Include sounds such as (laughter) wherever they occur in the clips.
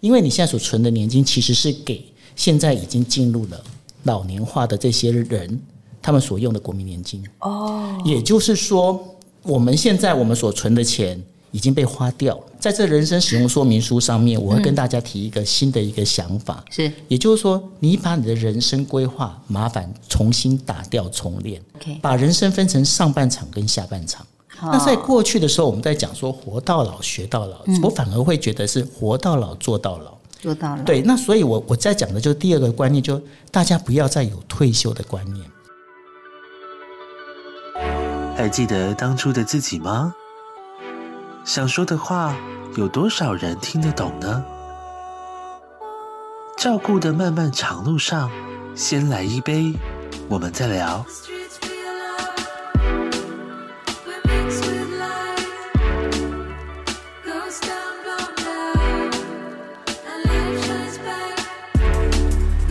因为你现在所存的年金其实是给现在已经进入了老年化的这些人他们所用的国民年金。哦，也就是说，我们现在我们所存的钱已经被花掉了。在这人生使用说明书上面，我会跟大家提一个新的一个想法，是也就是说，你把你的人生规划麻烦重新打掉重练， OK。把人生分成上半场跟下半场。那在过去的时候，我们在讲说活到老学到老，我反而会觉得是活到老做到老。做到了，对，那所以我我在讲的就是第二个观念，就大家不要再有退休的观念。还记得当初的自己吗？想说的话，有多少人听得懂呢？照顾的漫漫长路上，先来一杯，我们再聊。 Streets we love, we're mixed with light. Goes down, blown down, and life shines back.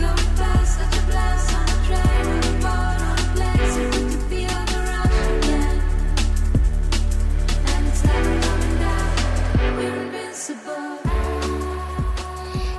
Going fast, such a blast on a train, on a boat, on a place. If we could feel the rush again, and it's never coming down. We're invincible.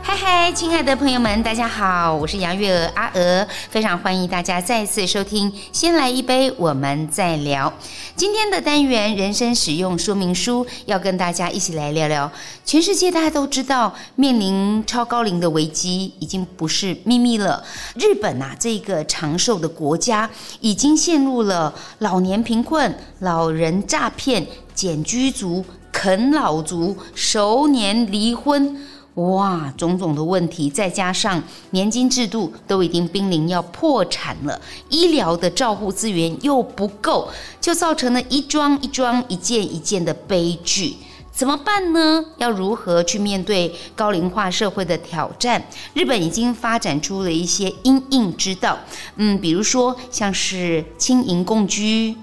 嗨嗨，亲爱的朋友们，大家好，我是杨月娥阿娥，非常欢迎大家再次收听《先来一杯，我们再聊》。今天的单元《人生使用说明书》要跟大家一起来聊聊。全世界大家都知道，面临超高龄的危机已经不是秘密了。日本呐、这个长寿的国家已经陷入了老年贫困、老人诈骗、简居族、啃老族、熟年离婚。哇，种种的问题，再加上年金制度都已经濒临要破产了，医疗的照护资源又不够，就造成了一桩一桩、一件一件的悲剧。怎么办呢？要如何去面对高龄化社会的挑战？日本已经发展出了一些因应之道，嗯，比如说像是轻盈共居、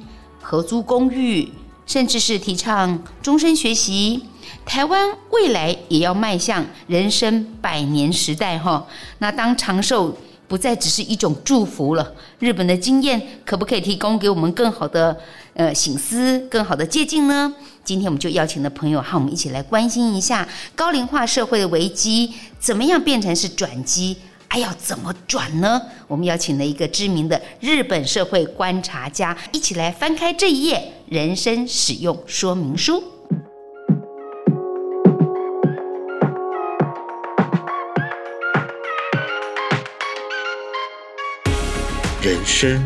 合租公寓，甚至是提倡终身学习。台湾未来也要迈向人生百年时代哈。那当长寿不再只是一种祝福了，日本的经验可不可以提供给我们更好的呃醒思、更好的借鉴呢？今天我们就邀请了朋友和我们一起来关心一下高龄化社会的危机，怎么样变成是转机？哎呀，怎么转呢？我们邀请了一个知名的日本社会观察家，一起来翻开这一页人生使用说明书。人生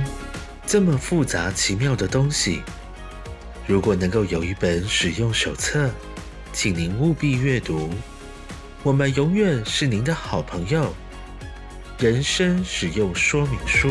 这么复杂奇妙的东西，如果能够有一本使用手册，请您务必阅读。我们永远是您的好朋友。人生使用说明书。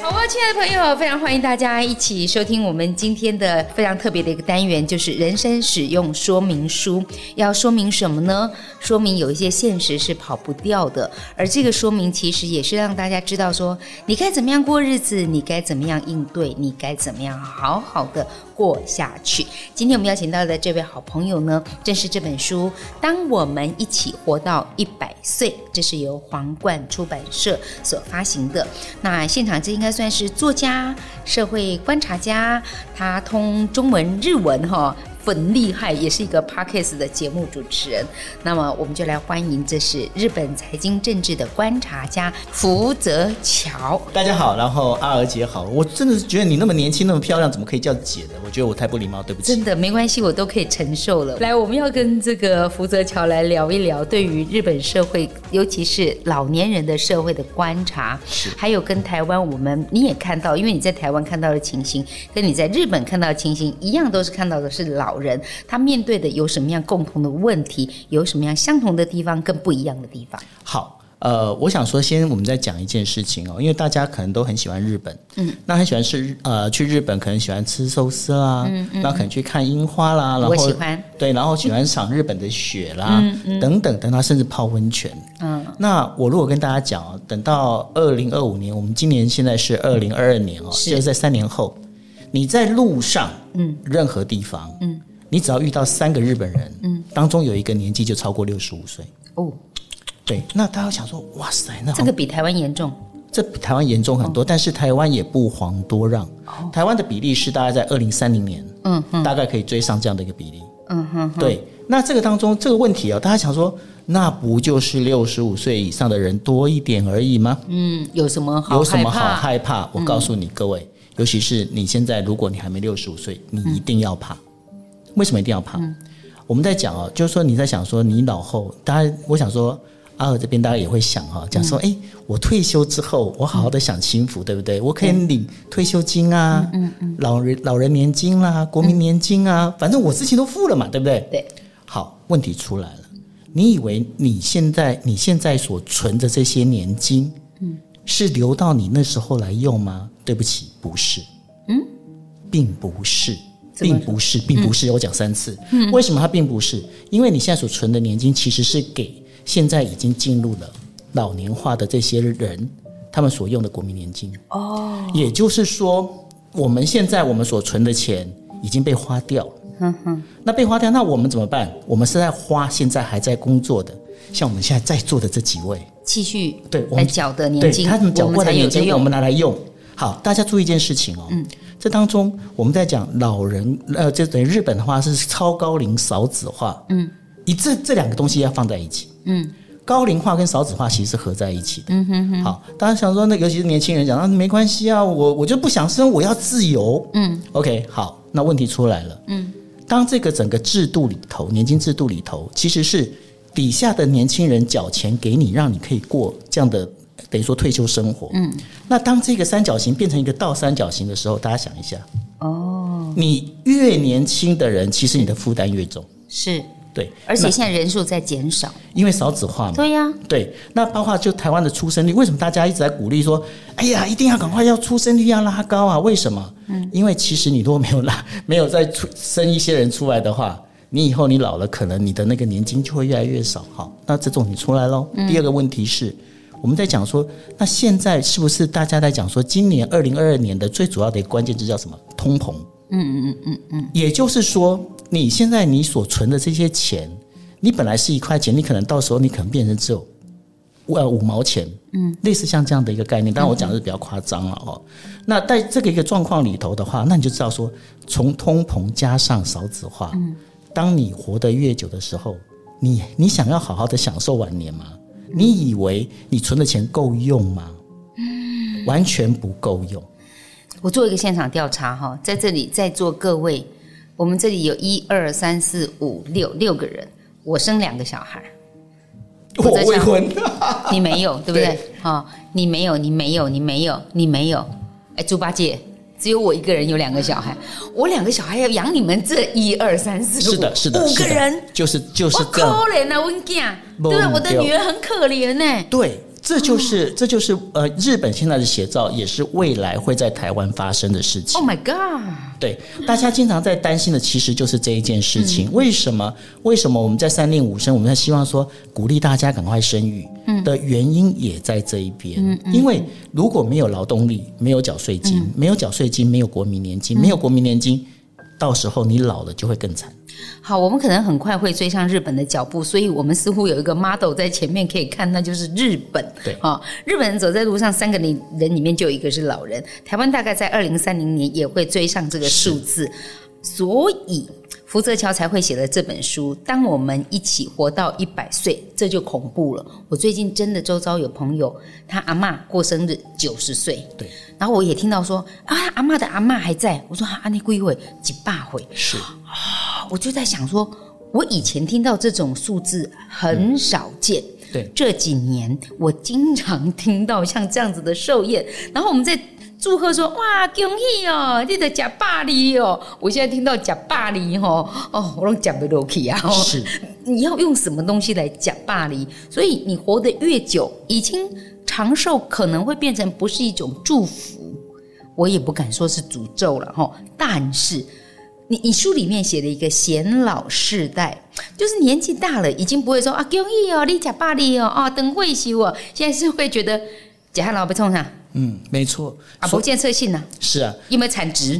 好啊，亲爱的朋友，非常欢迎大家一起收听我们今天的非常特别的一个单元，就是人生使用说明书。要说明什么呢？说明有一些现实是跑不掉的，而这个说明其实也是让大家知道说，你该怎么样过日子，你该怎么样应对，你该怎么样好好的过下去。今天我们邀请到的这位好朋友呢，正是这本书《当我们一起活到一百岁》，这是由皇冠出版社所发行的。那现场这应该算是作家、社会观察家，他通中文、日文哈、很厉害，也是一个 podcast 的节目主持人。那么我们就来欢迎，这是日本财经政治的观察家福泽桥。大家好，然后阿娥姐好，我真的是觉得你那么年轻，那么漂亮，怎么可以叫姐的？我觉得我太不礼貌，对不起真。的没关系，我都可以承受了。来，我们要跟这个福泽桥来聊一聊对于日本社会，尤其是老年人的社会的观察，还有跟台湾我们你也看到，因为你在台湾看到的情形，跟你在日本看到的情形一样，都是看到的是老人他面对的有什么样共同的问题，有什么样相同的地方，跟不一样的地方。好，呃，我想说，先我们再讲一件事情哦，因为大家可能都很喜欢日本，嗯，那很喜欢是日呃去日本，可能喜欢吃寿司啦，嗯那可能去看樱花啦，然我后喜欢对，然后喜欢赏日本的雪啦，等等等等，甚至泡温泉，嗯，那我如果跟大家讲哦，等到二零二五年，我们今年现在是二零二二年哦，是就是在三年后，你在路上，嗯，任何地方，嗯。你只要遇到三个日本人，嗯，当中有一个年纪就超过六十五岁，哦，对，那大家想说，哇塞，那好这个比台湾严重。这比台湾严重哦很多，但是台湾也不遑多让。台湾的比例是大概在二零三零年，嗯嗯，大概可以追上这样的一个比例。嗯哼哼，对，那这个当中这个问题哦，大家想说，那不就是六十五岁以上的人多一点而已吗？嗯，有什么好有什害么好怕？害怕？嗯我告诉你各位，尤其是你现在，如果你还没六十五岁，你一定要怕。为什么一定要怕？我们在讲哦，就是说你在想说你老后，大家我想说。阿尔这边大家也会想哈、哦，讲说，哎、我退休之后，我好好的享清福，对不嗯对？我可以领退休金啊，嗯嗯，老人老人年金啦、国民年金啊，反正我之前都付了嘛，对不对？对，好，问题出来了，你以为你现在你现在所存的这些年金，是留到你那时候来用吗？对不起，不是。嗯，并不是，怎么并不是，并不是。我讲三次，为什么它并不是？因为你现在所存的年金其实是给现在已经进入了老年化的这些人，他们所用的国民年金。哦，也就是说，我们现在我们所存的钱已经被花掉了。那被花掉，那我们怎么办？我们是在花现在还在工作的，像我们现在在座的这几位，继续对我来们缴的年金，对他们缴过我们来才年有的金，我用。们拿来用。好，大家注意一件事情哦，这当中我们在讲老人，呃，就等于日本的话是超高龄少子化，嗯，一这这两个东西要放在一起，嗯，高龄化跟少子化其实是合在一起的，嗯哼哼。好，大家想说，那尤其是年轻人讲，啊，没关系啊，我我就不想生，我要自由，嗯，OK，好，那问题出来了，嗯，当这个整个制度里头，年金制度里头，其实是底下的年轻人缴钱给你，让你可以过这样的等于说退休生活。嗯，那当这个三角形变成一个倒三角形的时候，大家想一下，哦，你越年轻的人，其实你的负担越重。是，对，而且那嗯现在人数在减少。因为少子化嘛，对呀、对，那包括就台湾的出生率，为什么大家一直在鼓励说，哎呀，一定要赶快要出生率要拉高啊？为什么？嗯，因为其实你如果没有拉， (laughs) 没有再出生一些人出来的话，你以后你老了，可能你的那个年金就会越来越少。好，那这种你出来喽。第二个问题是。我们在讲说，那现在是不是大家在讲说，今年二零二二年的最主要的关键字叫什么？通膨。也就是说，你现在你所存的这些钱，你本来是一块钱，你可能到时候你可能变成只有五呃五毛钱，嗯，类似像这样的一个概念。当然我讲的是比较夸张了哦。那在这个一个状况里头的话，那你就知道说，从通膨加上少子化，嗯当你活得越久的时候，你你想要好好的享受晚年吗？嗯你以为你存的钱够用吗？嗯完全不够用。我做一个现场调查哈，在这里在座各位，我们这里有一二三四五六六个人，我生两个小孩，我在想婚， (laughs) 你 (laughs) 没有，对不对对？啊、你没有，你没有，你没有，你没有。哎，猪八戒，只有我一个人有两个小孩，我两个小孩要养你们这一二三四五，是的，是的，五是个的人，就是就是我这可样。怜啊，我跟你讲，对没不对？我的有女儿很可怜呢、对，这就是、这就是呃，日本现在的写照，也是未来会在台湾发生的事情。 Oh my god！对，大家经常在担心的其实就是这一件事嗯情。为什么？为什么我们在三令五申，我们在希望说鼓励大家赶快生育嗯的原因也在这一边。因为如果没有劳动力，没有缴税嗯金，没有缴税金，没有国民年金，没有国民年金，到时候你老了就会更惨。好，我们可能很快会追上日本的脚步，所以我们似乎有一个 model 在前面可以看，那就是日本。对啊、日本人走在路上，三个里人里面就有一个是老人。台湾大概在二零三零年也会追上这个数字，所以福泽桥才会写的这本书。当我们一起活到一百岁，这就恐怖了。我最近真的周遭有朋友，他阿嬷过生日九十岁，对，然后我也听到说啊，阿嬷的阿嬷还在。我说啊，那归会几百回。是。我就在想说，我以前听到这种数字很少见。对这几年我经常听到像这样子的寿宴，然后我们在祝贺说：“哇，恭喜哦，你的假巴黎哦！”我现在听到假巴黎哦，哦，我都讲不落去啊！哦是，你要用什么东西来假巴黎？所以你活得越久，已经长寿可能会变成不是一种祝福，我也不敢说是诅咒了哈。但是你你书里面写了一个显老世代，就是年纪大了，已经不会说啊恭喜哦，你假巴黎哦，啊等会喜哦，现在是会觉得假汉老被冲上嗯，没错，啊，所不见色性呐、是啊，有没有产值？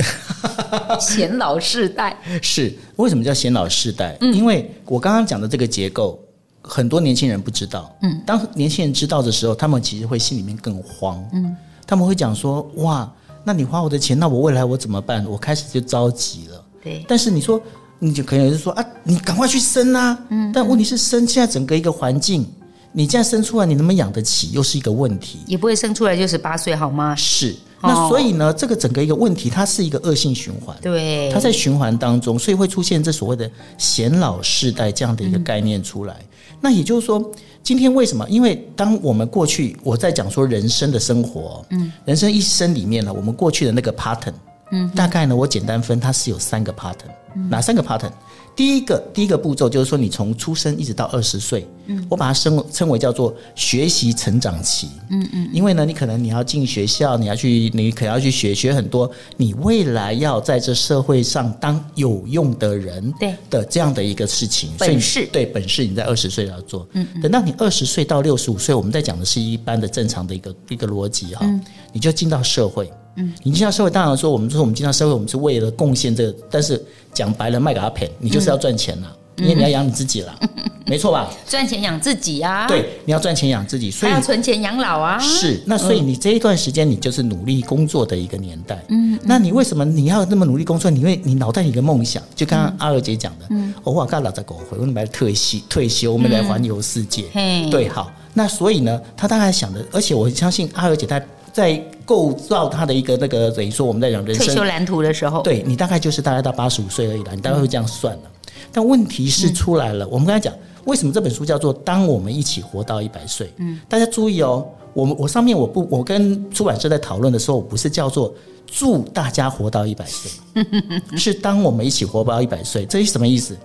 显老世代，是为什么叫显老世代？因为我刚刚讲的这个结构，很多年轻人不知道。嗯，当年轻人知道的时候，他们其实会心里面更慌。嗯，他们会讲说：“哇，那你花我的钱，那我未来我怎么办？我开始就着急了。”对但是你说你就可能是说啊，你赶快去生啊。嗯，但问题是生现在整个一个环境，你这样生出来，你能不能养得起，又是一个问题。也不会生出来就十八岁，好吗？是，哦那所以呢，这个整个一个问题，它是一个恶性循环。对，它在循环当中，所以会出现这所谓的显老世代这样的一个概念出来。那也就是说，今天为什么？因为当我们过去我在讲说人生的生活，嗯，人生一生里面呢，我们过去的那个 pattern，嗯，大概呢，我简单分它是有三个 pattern，、哪三个 pattern？第一个第一个步骤就是说，你从出生一直到二十岁，嗯，我把它称为称为叫做学习成长期，嗯嗯，因为呢，你可能你要进学校，你要去，你可能要去学学很多，你未来要在这社会上当有用的人，对的这样的一个事情，所本以你事对本事，你在二十岁要做，嗯等到你二十岁到六十五岁，我们在讲的是一般的正常的一个一个逻辑哈，你就进到社会，嗯，你进到社会，当然说我们说我们进到社会，我们是为了贡献这个，但是讲白了，卖给他赔，你就是要赚钱啦，因为你要养你自己 (laughs) 啦，没错吧？赚钱养自己啊，，对，你要赚钱养自己，所还以要存钱养老啊，是，那所以你这一段时间你就是努力工作的一个年代。嗯，那你为什么你要那么努力工作？你会你脑袋里的梦想，就刚刚阿二姐讲的，嗯，哦，我干老在狗回，我们来退休，退休，我们来环游世界。嘿对，好，那所以呢，她大概想的，而且我相信阿二姐她在构造她的一个那个等于说我们在讲人退休生，蓝图的时候，，对你大概就是大概到八十五岁而已啦，你大概会这样算了。但问题是出来了，我们刚才讲，为什么这本书叫做《当我们一起活到一百岁》？嗯，大家注意哦，我们我上面我不我跟出版社在讨论的时候，我不是叫做祝大家活到一百岁，是当我们一起活到一百岁，这是什么意思？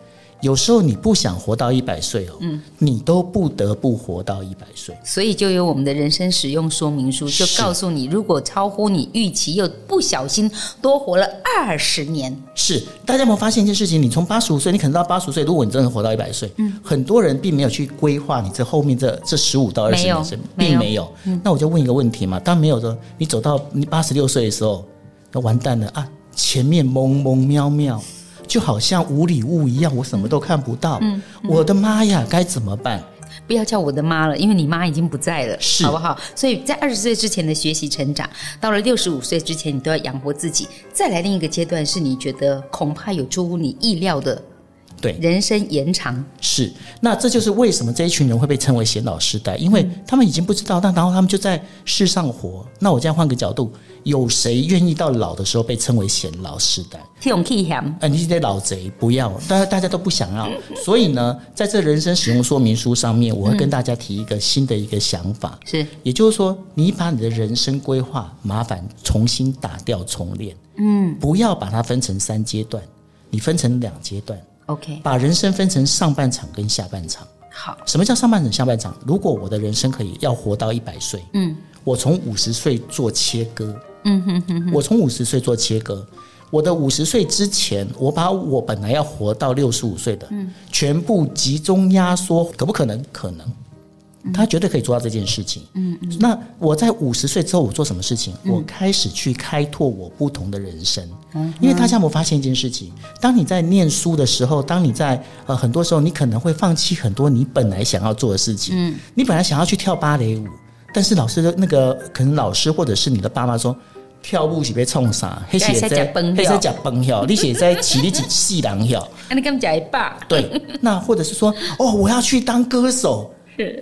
有时候你不想活到一百岁哦，你都不得不活到一百岁。所以就有我们的人生使用说明书，就是告诉你，如果超乎你预期，又不小心多活了二十年，是，大家有没有发现一件事情？你从八十五岁，你可能到八十岁，如果你真的活到一百岁，嗯很多人并没有去规划你这后面这这十五到二十没有年生，没有嗯并没有。那我就问一个问题嘛，当没有的时候，你走到你八十六岁的时候，那完蛋了啊！前面蒙蒙喵喵，就好像无礼物一样，我什么都看不到。嗯我的妈呀，该怎么办？不要叫我的妈了，因为你妈已经不在了，是好不好？所以在二十岁之前的学习成长，到了六十五岁之前，你都要养活自己。再来另一个阶段是你觉得恐怕有出乎你意料的对，人生延长，是，那这就是为什么这一群人会被称为显老世代，因为他们已经不知道，那然后他们就在世上活。那我这样换个角度，有谁愿意到老的时候被称为显老世代？这种 key 险哎，你是得老贼，不要，大家大家都不想要。所以呢，在这人生使用说明书上面，我会跟大家提一个新的一个想法，是也就是说，你把你的人生规划麻烦重新打掉重练，嗯，不要把它分成三阶段，你分成两阶段， OK，把人生分成上半场跟下半场。好，什么叫上半场、下半场？如果我的人生可以要活到一百岁，嗯，我从五十岁做切割，嗯哼哼我从五十岁做切割，我的五十岁之前，我把我本来要活到六十五岁的，全部集中压缩，可不可能？可能。他绝对可以做到这件事情。嗯嗯。那我在五十岁之后，我做什么事情？我开始去开拓我不同的人生。嗯。因为大家有没有发现一件事情？当你在念书的时候，当你在呃很多时候，你可能会放弃很多你本来想要做的事情。嗯。你本来想要去跳芭蕾舞，但是老师的那个可能老师或者是你的爸妈说。跳舞是被冲啥？黑是在吃饭黑票在假崩跳，你是在起你几细狼跳。那你跟我们讲一半，对，那或者是说，哦，我要去当歌手，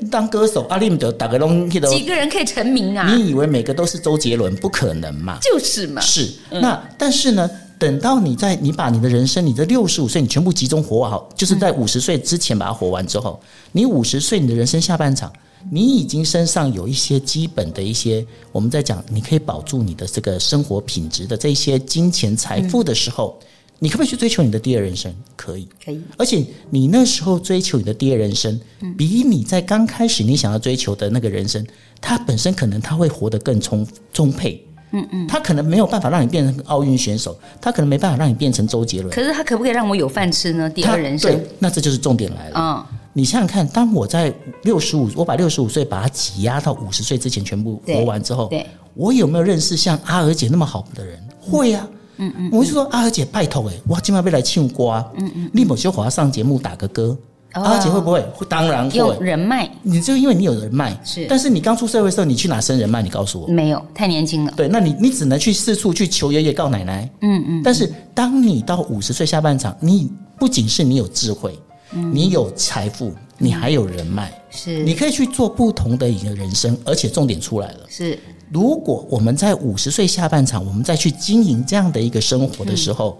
当歌手，阿利姆德打个龙，记得几个人可以成名啊？你以为每个都是周杰伦？不可能嘛！就是嗯嘛，是，那但是呢，等到你在你把你的人生，你的六十五岁，你全部集中活好，就是嗯在五十岁之前把它活完之后，你五十岁你的人生下半场，你已经身上有一些基本的一些，我们在讲你可以保住你的这个生活品质的这些金钱财嗯富的时候，你可不可以去追求你的第二人生？可以。可以。而且你那时候追求你的第二人生，嗯比你在刚开始你想要追求的那个人生，它本身可能它会活得更充充沛。嗯嗯，他可能没有办法让你变成奥运选手，他可能没办法让你变成周杰伦。可是他可不可以让我有饭吃呢？第二它人对生，，那这就是重点来了。嗯，你想想看，当我在六十五，我把六十五岁把它挤压到五十岁之前全部活完之后，对对我有没有认识像阿娥姐那么好的人？会呀、啊。嗯嗯，我就说阿娥姐，拜托哎，我今晚被来庆瓜，嗯嗯，立马就华上节目打个歌，哦阿娥姐会不会？会当然会用。人脉你就因为你有人脉，是但是你刚出社会的时候，你去哪生人脉？你告诉我，没有，太年轻了。对，那你你只能去四处去求爷爷告奶奶。嗯嗯。但是当你到五十岁下半场，你不仅是你有智慧，你有财富，你还有人脉，是你可以去做不同的一个人生，而且重点出来了。是如果我们在五十岁下半场，我们再去经营这样的一个生活的时候，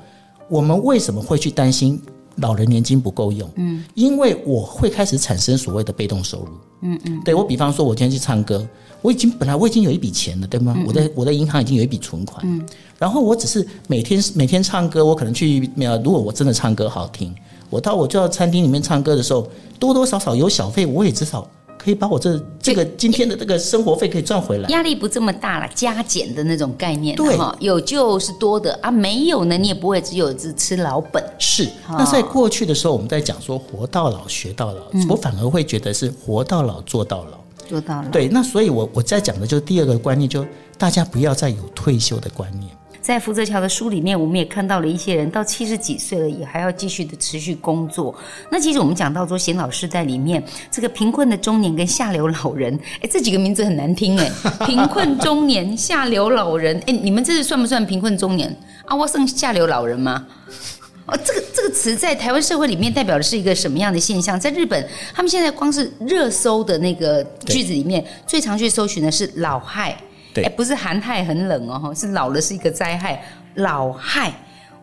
我们为什么会去担心老人年金不够用？嗯，因为我会开始产生所谓的被动收入。嗯嗯，对我比方说，我今天去唱歌，我已经本来我已经有一笔钱了，对吗？我在我在银行已经有一笔存款。嗯，然后我只是每天每天唱歌，我可能去呃，如果我真的唱歌好听，我到我就到餐厅里面唱歌的时候，多多少少有小费，我也至少。可以把我这这个今天的这个生活费可以赚回来，压力不这么大了，加减的那种概念，对哈，有就是多的啊，没有呢，你也不会只有只吃老本，是，哦那在过去的时候，我们在讲说活到老学到老，我反而会觉得是活到老做到老。做到了。对，那所以我我在讲的就是第二个观念，就大家不要再有退休的观念。在福泽桥的书里面，我们也看到了一些人到七十几岁了，也还要继续的持续工作。那其实我们讲到说，显老世代里面，这个贫困的中年跟下流老人，哎，这几个名字很难听哎，贫困中年、下流老人，哎，你们这是算不算贫困中年啊？我算下流老人吗？哦，这个这个词在台湾社会里面代表的是一个什么样的现象？在日本，他们现在光是热搜的那个句子里面，最常去搜寻的是老害。对哎不是寒害很冷哦，是老了是一个灾害，老害。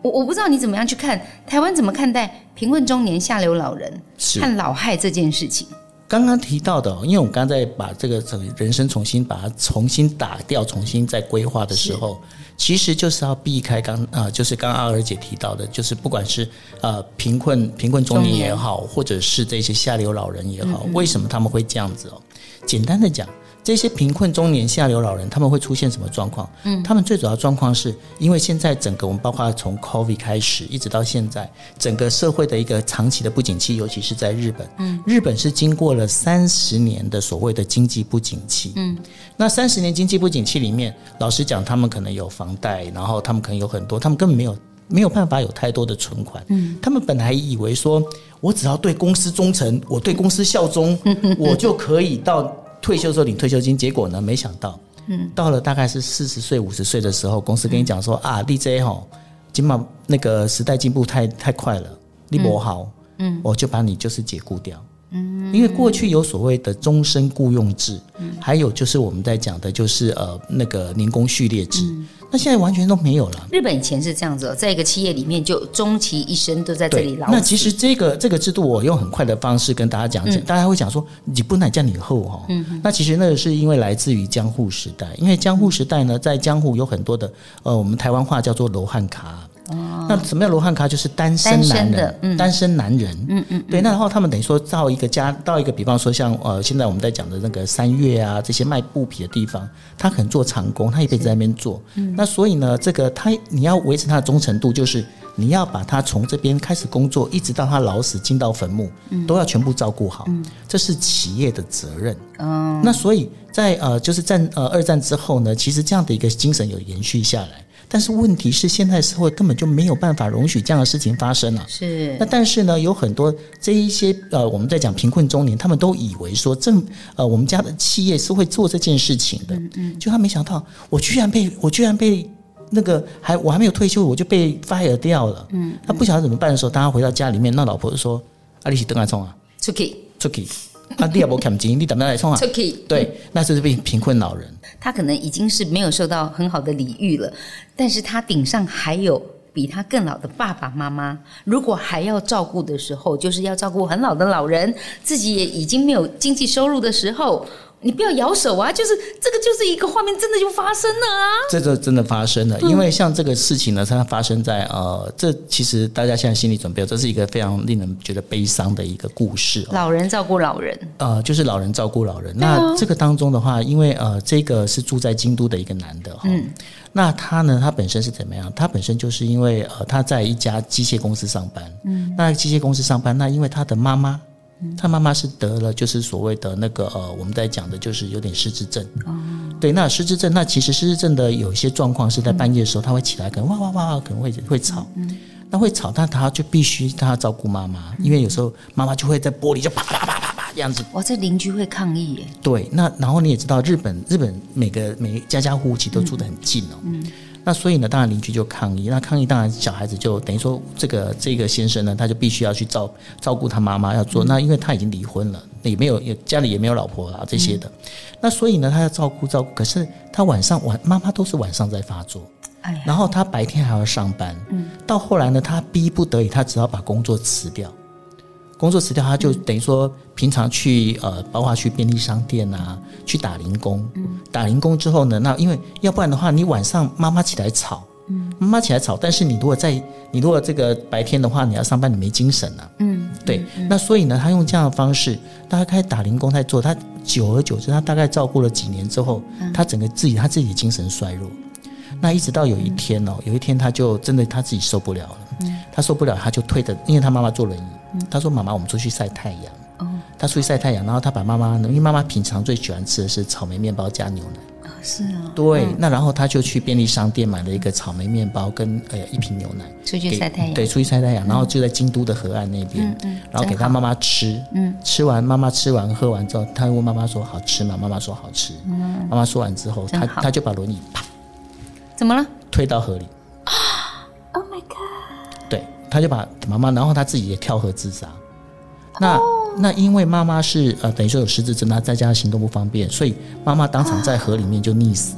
我我不知道你怎么样去看台湾怎么看待贫困中年、下流老人是和老害这件事情。刚刚提到的哦，因为我们刚才把这个整人生重新把它重新打掉，重新再规划的时候，其实就是要避开刚啊、呃就是刚刚阿尔姐提到的，就是不管是呃贫困贫困中年嗯也好，或者是这些下流老人也好，为什么他们会这样子哦？简单的讲，这些贫困中年下流老人他们会出现什么状况？嗯，他们最主要状况是因为现在整个我们包括从 COVID 开始一直到现在，整个社会的一个长期的不景气，尤其是在日本，嗯，日本是经过了三十年的所谓的经济不景气，嗯，那三十年经济不景气里面，老实讲，他们可能有房贷，然后他们可能有很多，他们根本没有。没有办法有太多的存款，嗯，他们本来以为说，我只要对公司忠诚，我对公司效忠，我就可以到退休的时候领退休金。结果呢，没想到，嗯，到了大概是四十岁、五十岁的时候，公司跟你讲说、啊，DJ 吼，今晚那个时代进步太太快了，你不好，嗯，我就把你就是解雇掉。因为过嗯去有所谓的终身雇佣制，还有就是我们在讲的，就是呃那个年功序列制，嗯那现在完全都没有了。日本以前是这样子、哦，在一个企业里面就终其一生都在这里劳那死。嗯其实这个这个制度，我用很快的方式跟大家讲解，大家会讲说你不能叫你后哈、哦。那其实那个是因为来自于江户时代，因为嗯江户时代呢，在江户有很多的呃，我们台湾话叫做罗汉卡。哦那什么叫罗汉卡？就是单身男单身的人，单身男人，嗯嗯，对。那然后他们等于说到一个家，到一个比方说像呃，现在我们在讲的那个三月啊，这些卖布匹的地方，他可能做长工，他一辈子在那边做。那所以呢，这个他你要维持他的忠诚度，就是你要把他从这边开始工作，一直到他老死进到坟墓，都要全部照顾好，这是企业的责任。嗯，那所以在呃，就是战呃二战之后呢，其实这样的一个精神有延续下来，但是问题是现在社会根本就没有办法容许这样的事情发生啊。是那但是呢，有很多这一些呃，我们在讲贫困中年，他们都以为说政呃，我们家的企业是会做这件事情的，嗯嗯，就他没想到，我居然被我居然被那个还我还没有退休，我就被 fire 掉了，嗯，他不晓得怎么办的时候，大家回到家里面，那老婆就说：“啊，你是邓阿聪啊，出去出去，啊，你也无欠钱，你怎么来冲啊出？”去，对，那就是被贫困老人。他可能已经是没有受到很好的礼遇了，但是他顶上还有比他更老的爸爸妈妈。如果还要照顾的时候，就是要照顾很老的老人，自己也已经没有经济收入的时候，你不要摇手啊！就是这个，就是一个画面，真的就发生了啊！这就真的发生了，因为像这个事情呢，它发生在呃，这其实大家现在心理准备，这是一个非常令人觉得悲伤的一个故事哦。老人照顾老人，呃，就是老人照顾老人。那这个当中的话，因为呃，这个是住在京都的一个男的哈、那他呢，他本身是怎么样？他本身就是因为呃，他在一家机械公司上班，嗯，那机械公司上班，那因为他的妈妈。他妈妈是得了，就是所谓的那个呃，我们在讲的就是有点失智症。对，那失智症，那其实失智症的有一些状况是在半夜的时候，他会起来，可能哇哇哇哇，可能会会吵。那会吵，但他就必须他要照顾妈妈，因为有时候妈妈就会在玻璃就啪啪啪啪啪啪这样子哇，这邻居会抗议耶！嗯对，那然后你也知道，日本日本每个每家家户户其实都住得很近哦。那所以呢，当然邻居就抗议，那抗议当然小孩子就等于说这个这个先生呢，他就必须要去照照顾他妈妈，要嗯做那因为他已经离婚了，那也没有也家里也没有老婆啊这些嗯的，那所以呢，他要照顾照顾，可是他晚上晚妈妈都是晚上在发作。哎呀，嗯然后他白天还要上班，到后来呢，他逼不得已，他只好把工作辞掉。工作辞掉，他就嗯等于说平常去呃，包括去便利商店啊，去打零工。嗯打零工之后呢，那因为要不然的话，你晚上妈妈起来吵，嗯妈妈起来吵，但是你如果在你如果这个白天的话，你要上班，你没精神啊。嗯，对，那所以呢，他用这样的方式，大概打零工在做，他久而久之，他大概照顾了几年之后，嗯他整个自己他自己精神衰弱。那一直到有一天哦，有一天他就真的他自己受不了了，嗯他受不了，他就推着，因为他妈妈坐轮椅，他说：“妈妈，我们出去晒太阳。”哦他出去晒太阳，然后他把妈妈呢，因为妈妈平常最喜欢吃的是草莓面包加牛奶。是啊，对，那然后他就去便利商店买了一个草莓面包跟呃一瓶牛奶，出去给晒太阳嗯对，出去晒太阳，然后就在京都的河岸那边，然后给他妈妈吃，嗯，吃完妈妈吃完喝完之后，他问妈妈说好吃吗？妈妈说好吃，妈妈说完之后，真他嗯好他就把轮椅啪怎么了推到河里， (gasps) ？Oh my god！对，他就把妈妈，然后他自己也跳河自杀。那、哦那因为妈妈是呃，等于说有失智症，她在家行动不方便，所以妈妈当场在河里面就溺死。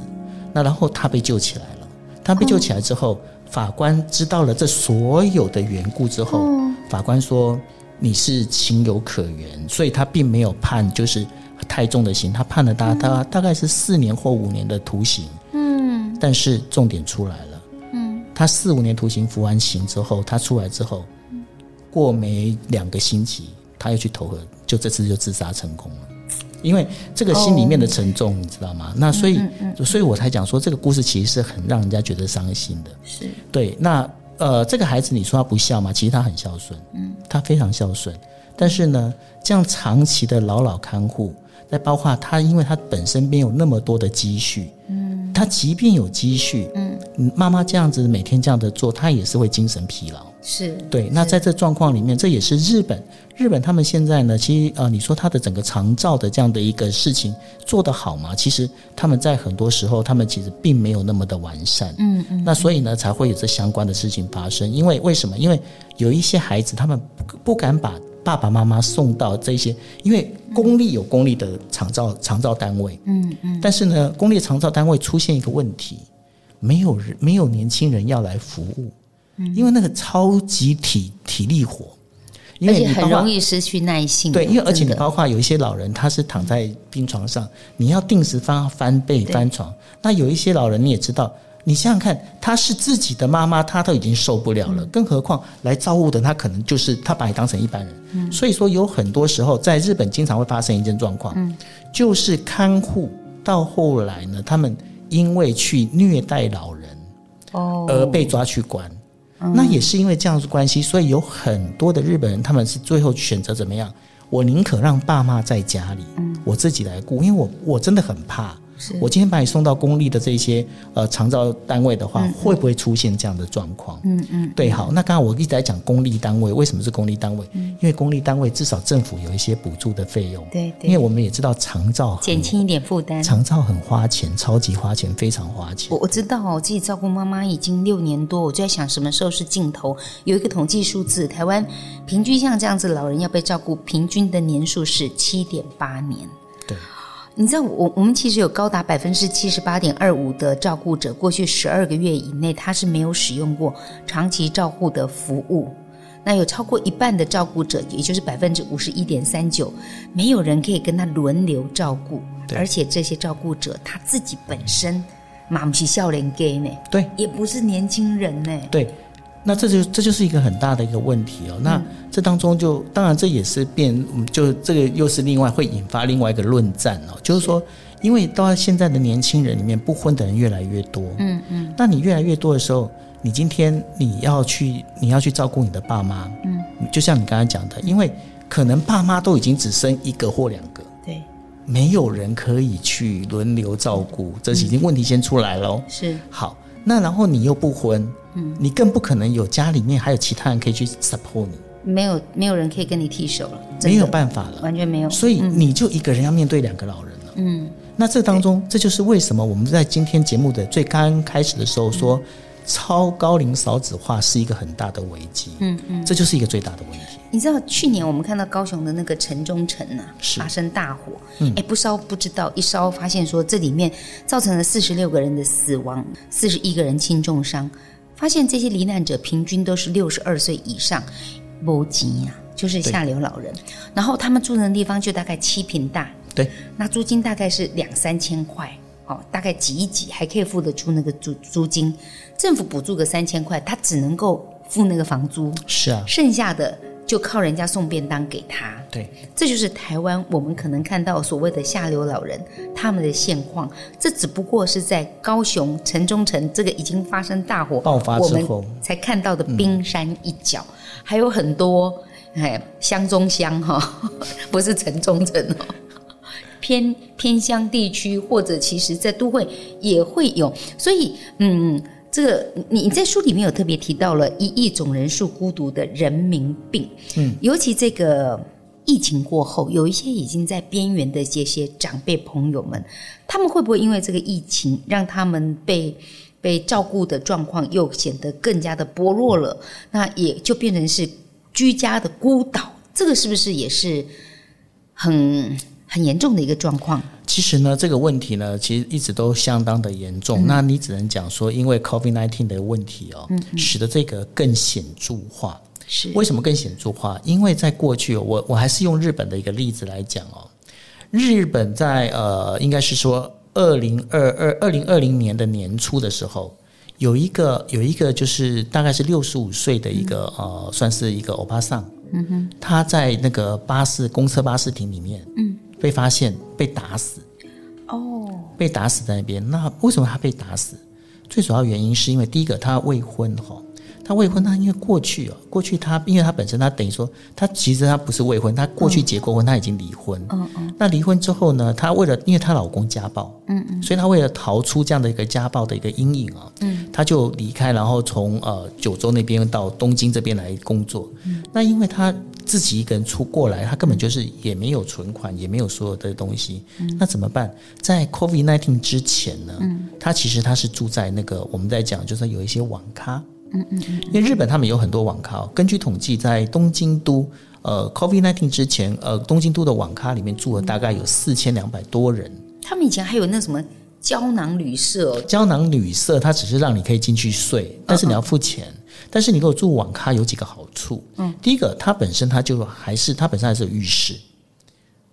那然后他被救起来了，他被救起来之后，法官知道了这所有的缘故之后，嗯法官说你是情有可原，所以他并没有判就是太重的刑，他判了大大、大概是四年或五年的徒刑。嗯，但是重点出来了。他四五年徒刑服完刑之后，他出来之后，过没两个星期，他又去投河，就这次就自杀成功了。因为这个心里面的沉重，你知道吗？那所以，所以我才讲说，这个故事其实是很让人家觉得伤心的。是对，那呃，这个孩子你说他不孝吗？其实他很孝顺，嗯，他非常孝顺。但是呢，这样长期的老老看护，再包括他，因为他本身没有那么多的积蓄，嗯，他即便有积蓄，嗯，妈妈这样子每天这样的做，他也是会精神疲劳。是，对，那在这状况里面，这也是日本，日本他们现在呢，其实呃，你说他的整个长照的这样的一个事情做得好吗？其实他们在很多时候，他们其实并没有那么的完善，嗯嗯，那所以呢，才会有这相关的事情发生。因为为什么？因为有一些孩子他们不不敢把爸爸妈妈送到这些，因为公立有公立的长照长照单位，嗯嗯，但是呢，公立长照单位出现一个问题，没有人没有年轻人要来服务。嗯因为那个超级体体力活，因而为且你包很容括易失去耐性。对，因为而且真你的包括有一些老人，他是躺在病床上，你要定时翻翻被翻床。那有一些老人你也知道，你想想看，他是自己的妈妈，他都已经受不了嗯了，更何况来照顾的他可能就是他把你当成一般人。嗯所以说，有很多时候在日本经常会发生一件状况，嗯就是看护到后来呢，他们因为去虐待老人。哦，而被抓去关。那也是因为这样子关系，所以有很多的日本人，他们是最后选择怎么样？我宁可让爸妈在家里，嗯我自己来顾，因为我我真的很怕，我今天把你送到公立的这些呃长照单位的话，嗯会不会出现这样的状况？嗯嗯，对，好，那刚刚我一直在讲公立单位，为什么是公立单位？因为公立单位至少政府有一些补助的费用，嗯对对因为我们也知道长照很减轻一点负担。长照很花钱，超级花钱，非常花钱我。我知道，哦我自己照顾妈妈已经六年多，我就在想什么时候是尽头。有一个统计数字，台湾平均像这样子老人要被照顾，平均的年数是七点八年。对。你知道我我们其实有高达百分之七十八点二五的照顾者，过去十二个月以内他是没有使用过长期照护的服务。那有超过一半的照顾者，也就是百分之五十一点三九，没有人可以跟他轮流照顾，对而且这些照顾者他自己本身，马不是笑脸 gay 呢，对，也不是年轻人呢。对，那这就这就是一个很大的一个问题哦。那这当中就当然这也是变，嗯就这个又是另外会引发另外一个论战哦，就是说，因为到现在的年轻人里面不婚的人越来越多，嗯嗯，那你越来越多的时候，你今天你要去你要去照顾你的爸妈，嗯，就像你刚才讲的，因为可能爸妈都已经只生一个或两个，对，没有人可以去轮流照顾，这是已经问题先出来了哦。是好，那然后你又不婚，嗯，你更不可能有家里面还有其他人可以去 support 你，没有没有人可以跟你替手了，真没的有办法了，完全没有。所以你就一个人要面对两个老人了，嗯，那这当中，这就是为什么我们在今天节目的最刚开始的时候嗯说，超高龄少子化是一个很大的危机。嗯嗯，这就是一个最大的问题。你知道去年我们看到高雄的那个城中城啊，是发生大火，哎、不烧不知道，一烧发现说这里面造成了四十六个人的死亡，四十一个人轻重伤，发现这些罹难者平均都是六十二岁以上，没钱呀、就是下流老人，然后他们住的地方就大概七平大，对，那租金大概是两三千块，哦，大概挤一挤还可以付得出那个租租金，政府补助个三千块，他只能够付那个房租，是啊，剩下的就靠人家送便当给他。对，这就是台湾我们可能看到所谓的下流老人他们的现况。这只不过是在高雄城中城这个已经发生大火爆发之后我们才看到的冰山一角，还有很多哎乡中乡哈、 (laughs) 不是城中城哦。偏偏乡地区，或者其实在都会也会有，所以嗯，这个你你在书里面有特别提到了一亿种人数孤独的人民病，嗯，尤其这个疫情过后，有一些已经在边缘的这些长辈朋友们，他们会不会因为这个疫情让他们被？被照顾的状况又显得更加的薄弱了，那也就变成是居家的孤岛，这个是不是也是很很严重的一个状况？其实呢，这个问题呢，其实一直都相当的严嗯重。那你只能讲说，因为 COVID-19 的问题哦，嗯使得这个更显著化。是为什么更显著化？因为在过去哦，我我还是用日本的一个例子来讲哦。日本在呃，应该是说二零二二二零二零年的年初的时候，有一个有一个就是大概是六十五岁的一个、呃，算是一个欧巴桑，嗯哼，他在那个巴士公车巴士亭里面，嗯，被发现被打死，哦，被打死在那边。那为什么他被打死？最主要原因是因为第一个他未婚哈，他未婚，他因为过去哦，过去他因为他本身他等于说他其实他不是未婚，他过去结过婚，他已经离婚。嗯嗯。那离婚之后呢，她为了因为她老公家暴，嗯嗯，所以她为了逃出这样的一个家暴的一个阴影啊，嗯，她就离开，然后从呃九州那边到东京这边来工作。嗯。那因为她自己一个人出过来，她根本就是也没有存款，也没有所有的东西，那怎么办？在 COVID nineteen 之前呢，她其实她是住在那个我们在讲，就是有一些网咖，因为日本他们有很多网咖哦、根据统计，在东京都呃 COVID nineteen 之前，呃东京都的网咖里面住了大概有四千两百多人。他们以前还有那什么胶囊旅社哦，胶囊旅社它只是让你可以进去睡，但是你要付钱。但是你如果住网咖有几个好处，嗯，第一个它本身它就还是它本身还是有浴室，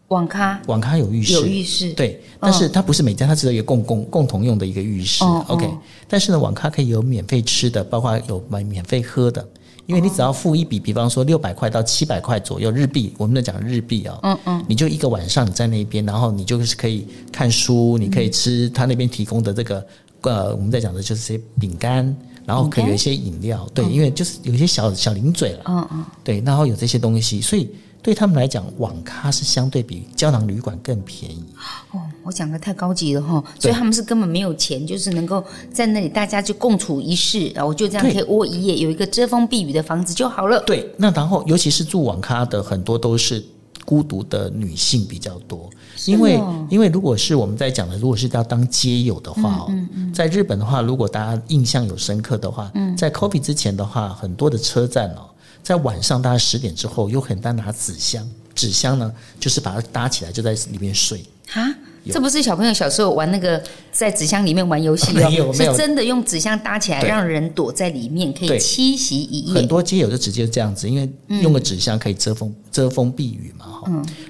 网咖网咖有浴室，有浴室，，对，但是它不是每家，它只有一个共共共同用的一个浴室。嗯哦哦 OK，但是呢，网咖可以有免费吃的，包括有买免费喝的，因为你只要付一笔，比方说六百块到七百块左右日币，我们在讲日币啊、嗯嗯，你就一个晚上你在那边，然后你就是可以看书，你可以吃他那边提供的这个呃，我们在讲的就是些饼干。然后可以有一些饮料，对，因为就是有一些小小零嘴了，嗯嗯，对，然后有这些东西，所以对他们来讲，网咖是相对比胶囊旅馆更便宜。哦，我讲的太高级了哈，所对以他们是根本没有钱，就是能够在那里大家就共处一室，然后就这样对可以窝一夜，有一个遮风避雨的房子就好了。对，那然后尤其是住网咖的很多都是孤独的女性比较多，因为因为如果是我们在讲的，如果是要当街友的话哦，在日本的话，如果大家印象有深刻的话，在 COVID 之前的话，很多的车站哦，在晚上大概十点之后，有很多人拿纸箱，纸箱呢就是把它搭起来就在里面睡。啊，这不是小朋友小时候玩那个在纸箱里面玩游戏哦， (laughs) 没有没有是真的用纸箱搭起来，对让人躲在里面可以对栖息一很夜。多街友就直接这样子，因嗯为用个纸箱可以遮风、遮风避雨嘛，哈、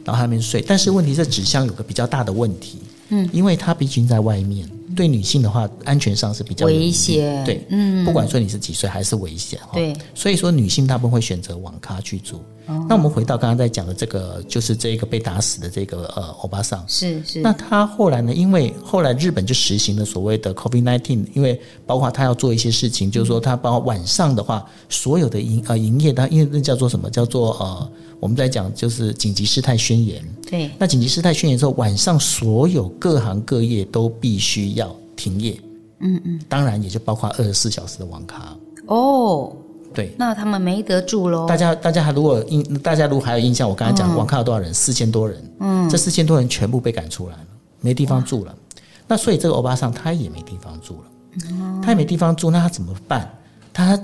然后他们睡。但是问题是，纸箱有个比较大的问题，嗯，因为它毕竟在外面，对女性的话，安全上是比较有危疑险对，嗯，不管说你是几岁，还是危险，哈对哦所以说女性大部分会选择网咖去住。那我们回到刚刚在讲的这个，就是这个被打死的这个呃欧巴桑，是是，那他后来呢？因为后来日本就实行了所谓的 COVID-19，因为包括他要做一些事情，就是说他包括晚上的话，所有的营呃营业，它因为那叫做什么？叫做呃，我们在讲就是紧急事态宣言。对，那紧急事态宣言之后，晚上所有各行各业都必须要停业。嗯嗯，当然也就包括二十四小时的网咖。哦，对，那他们没得住喽。大家大家还如果印，大家如果还有印象，我刚才讲网咖有多少人？四千多人。嗯，这四千多人全部被赶出来了。没地方住了。那所以这个欧巴桑他也没地方住了，他也没地方住，那他怎么办？他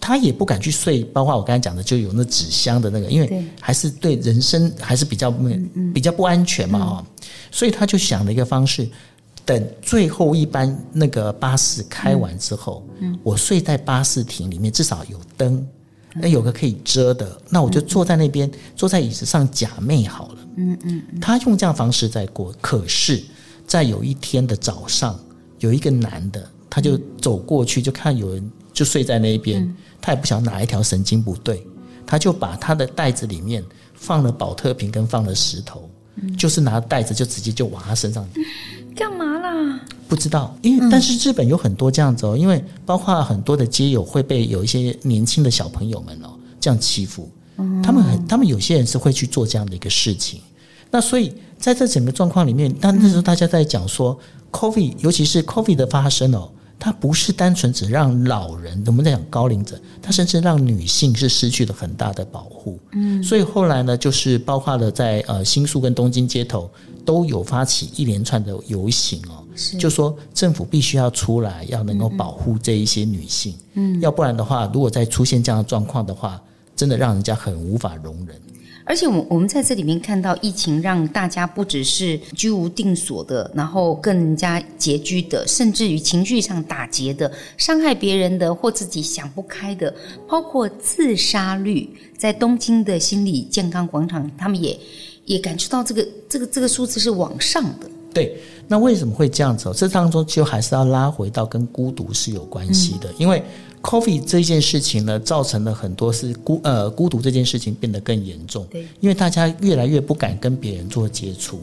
他也不敢去睡，包括我刚才讲的，就有那纸箱的那个，因对为还是对人生还是比较没比较不安全嘛哦，所以他就想了一个方式。等最后一班那个巴士开完之后，我睡在巴士亭里面，至少有灯，那有个可以遮的，那我就坐在那边，坐在椅子上假寐好了。他用这样方式在过，可是，在有一天的早上，有一个男的，他就走过去，就看有人就睡在那一边，他也不晓得哪一条神经不对，他就把他的袋子里面放了保特瓶跟放了石头，就是拿袋子就直接就往他身上干嘛啦？不知道，因为但是日本有很多这样子哦，因为包括很多的街友会被有一些年轻的小朋友们哦这样欺负，他们很，他们有些人是会去做这样的一个事情。那所以在这整个状况里面，那那时候大家在讲说，COVID，尤其是 COVID 的发生哦，它不是单纯只让老人，我们在讲高龄者，它甚至让女性是失去了很大的保护。嗯，所以后来呢，就是包括了在呃新宿跟东京街头都有发起一连串的游行哦，就说政府必须要出来，要能够保护这一些女性，嗯，要不然的话，如果再出现这样的状况的话，真的让人家很无法容忍。而且我我们在这里面看到，疫情让大家不只是居无定所的，然后更加拮据的，甚至于情绪上打结的，伤害别人的或自己想不开的，包括自杀率，在东京的心理健康广场，他们也也感受到这个这个这个数字是往上的。对，那为什么会这样子哦？这当中就还是要拉回到跟孤独是有关系的，因为 COVID 这件事情呢，造成了很多是孤呃孤独这件事情变得更严重。对，因为大家越来越不敢跟别人做接触，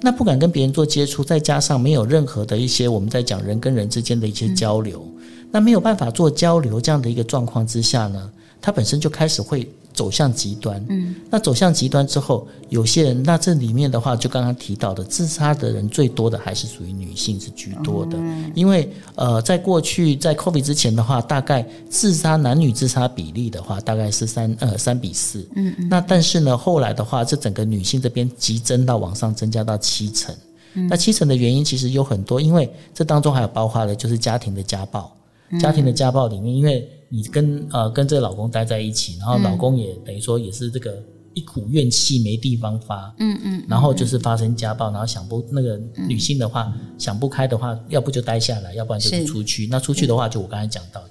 那不敢跟别人做接触，再加上没有任何的一些我们在讲人跟人之间的一些交流，那没有办法做交流这样的一个状况之下呢，它本身就开始会走向极端。嗯，那走向极端之后，有些人那这里面的话，就刚刚提到的，自杀的人最多的还是属于女性是居多的，因为呃，在过去在 COVID 之前的话，大概自杀男女自杀比例的话，大概是三呃三比四。嗯嗯。那但是呢，后来的话，这整个女性这边急增到往上增加到七成。那七成的原因其实有很多，因为这当中还有包括了就是家庭的家暴，家庭的家暴里面，因为你跟呃跟这个老公待在一起，然后老公也、等于说也是这个一股怨气没地方发，嗯嗯，然后就是发生家暴，然后想不那个女性的话、想不开的话，要不就待下来，要不然就是是出去。那出去的话，就我刚才讲到的。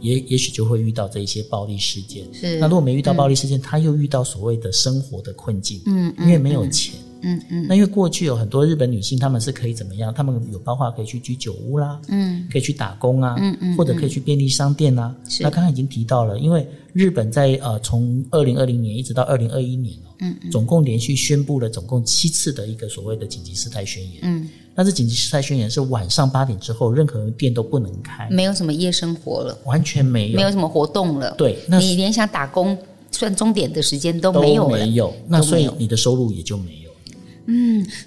也也许就会遇到这一些暴力事件，是那如果没遇到暴力事件，他又遇到所谓的生活的困境，嗯，因为没有钱，嗯嗯，那因为过去有很多日本女性，她们是可以怎么样？她们有包括可以去居酒屋啦，嗯，可以去打工啊，嗯嗯，或者可以去便利商店啊。是那刚刚已经提到了，因为日本在呃从二零二零年一直到二零二一年哦，嗯总共连续宣布了总共七次的一个所谓的紧急事态宣言，嗯，那这紧急事态宣言是晚上八点之后，任何店都不能开，没有什么夜生活了，完全没有，嗯没有什么活动了，对，那你连想打工算钟点的时间都都没有了没。有，那都所没以有你的收入也就没有。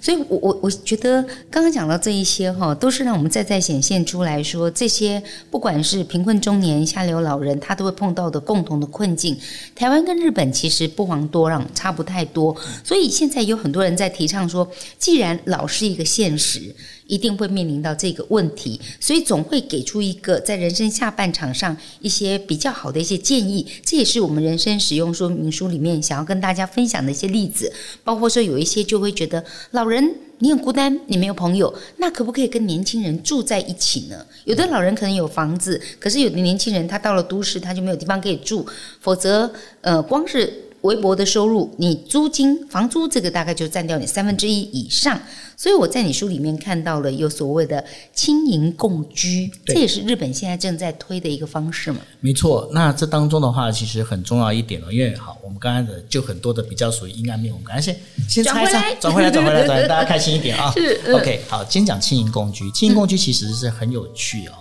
所以我，我我觉得刚刚讲到这一些哈，都是让我们再再显现出来说，这些不管是贫困中年、下流老人，他都会碰到的共同的困境。台湾跟日本其实不遑多让，差不太多。所以现在有很多人在提倡说，既然老是一个现实，一定会面临到这个问题，所以总会给出一个在人生下半场上一些比较好的一些建议。这也是我们人生使用说明书里面想要跟大家分享的一些例子，包括说有一些就会觉得老人。你很孤单，你没有朋友，那可不可以跟年轻人住在一起呢？有的老人可能有房子，可是有的年轻人他到了都市，他就没有地方可以住，否则，呃，光是微薄的收入，你租金、房租这个大概就占掉你三分之一以上。所以我在你书里面看到了有所谓的轻盈共居，这对也是日本现在正在推的一个方式嘛。没错，那这当中的话，其实很重要一点哦，因为好，我们刚才的就很多的比较属于阴暗面，我们刚才先先转拆回散来，转回来，转回来，转回来，大家开心一点啊、 (laughs) 是嗯 OK，好，今天讲轻盈共居，轻盈共居其实是很有趣哦。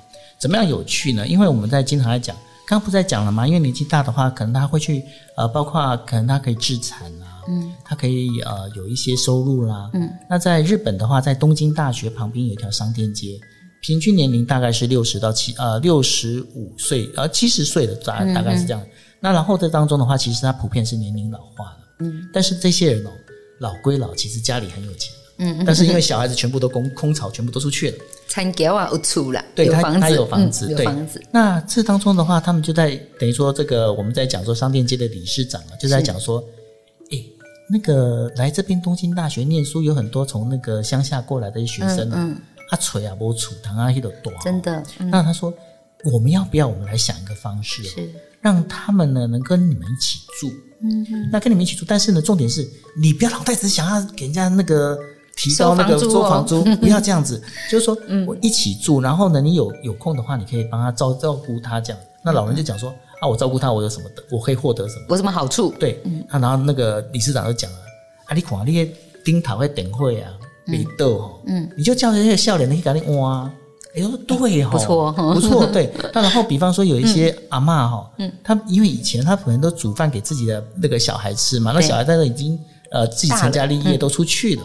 怎么样有趣呢？因为我们在经常在讲，刚刚不是在讲了吗？因为年纪大的话，可能他会去呃，包括可能他可以自产啊，嗯，他可以呃有一些收入啦，嗯。那在日本的话，在东京大学旁边有一条商店街，平均年龄大概是六十到七呃六十五岁呃七十岁的大大概是这样。那然后这当中的话，其实它普遍是年龄老化了，嗯，但是这些人哦，老归老，其实家里很有钱的，嗯，但是因为小孩子全部都空空巢，全部都出去了，参给啊，有厝了，对有他房子，他有房子，嗯有对房子，。那这当中的话，他们就在等于说这个我们在讲说商店街的理事长啊，就在讲说，哎，那个来这边东京大学念书有很多从那个乡下过来的学生啊，他锤啊，摸杵堂啊，一朵多，真的，嗯，那他说，我们要不要我们来想一个方式、哦，是让他们呢能跟你们一起住？嗯，那跟你们一起住，但是呢，重点是你不要老太只想要给人家那个提高那个收房租哦收嗯房 (laughs) 租，不要这样子。就是说，我一起住，然后呢，你有有空的话，你可以帮他照照顾他这样。那老人就讲说，嗯啊，我照顾他，我有什么的，我可以获得什么？有什么好处？对，那然后那个理事长就讲了，啊，你看你那丁桃会等会啊，没豆哦，嗯，你就叫那些笑脸的去给你挖、啊。哎呦，对哦， (laughs) 不错哦不 (laughs) 错，对。那然后，比方说有一些阿嬷哈，嗯，她因为以前她可能都煮饭给自己的那个小孩吃嘛，那对小孩在那已经呃自己成家立业都出去了。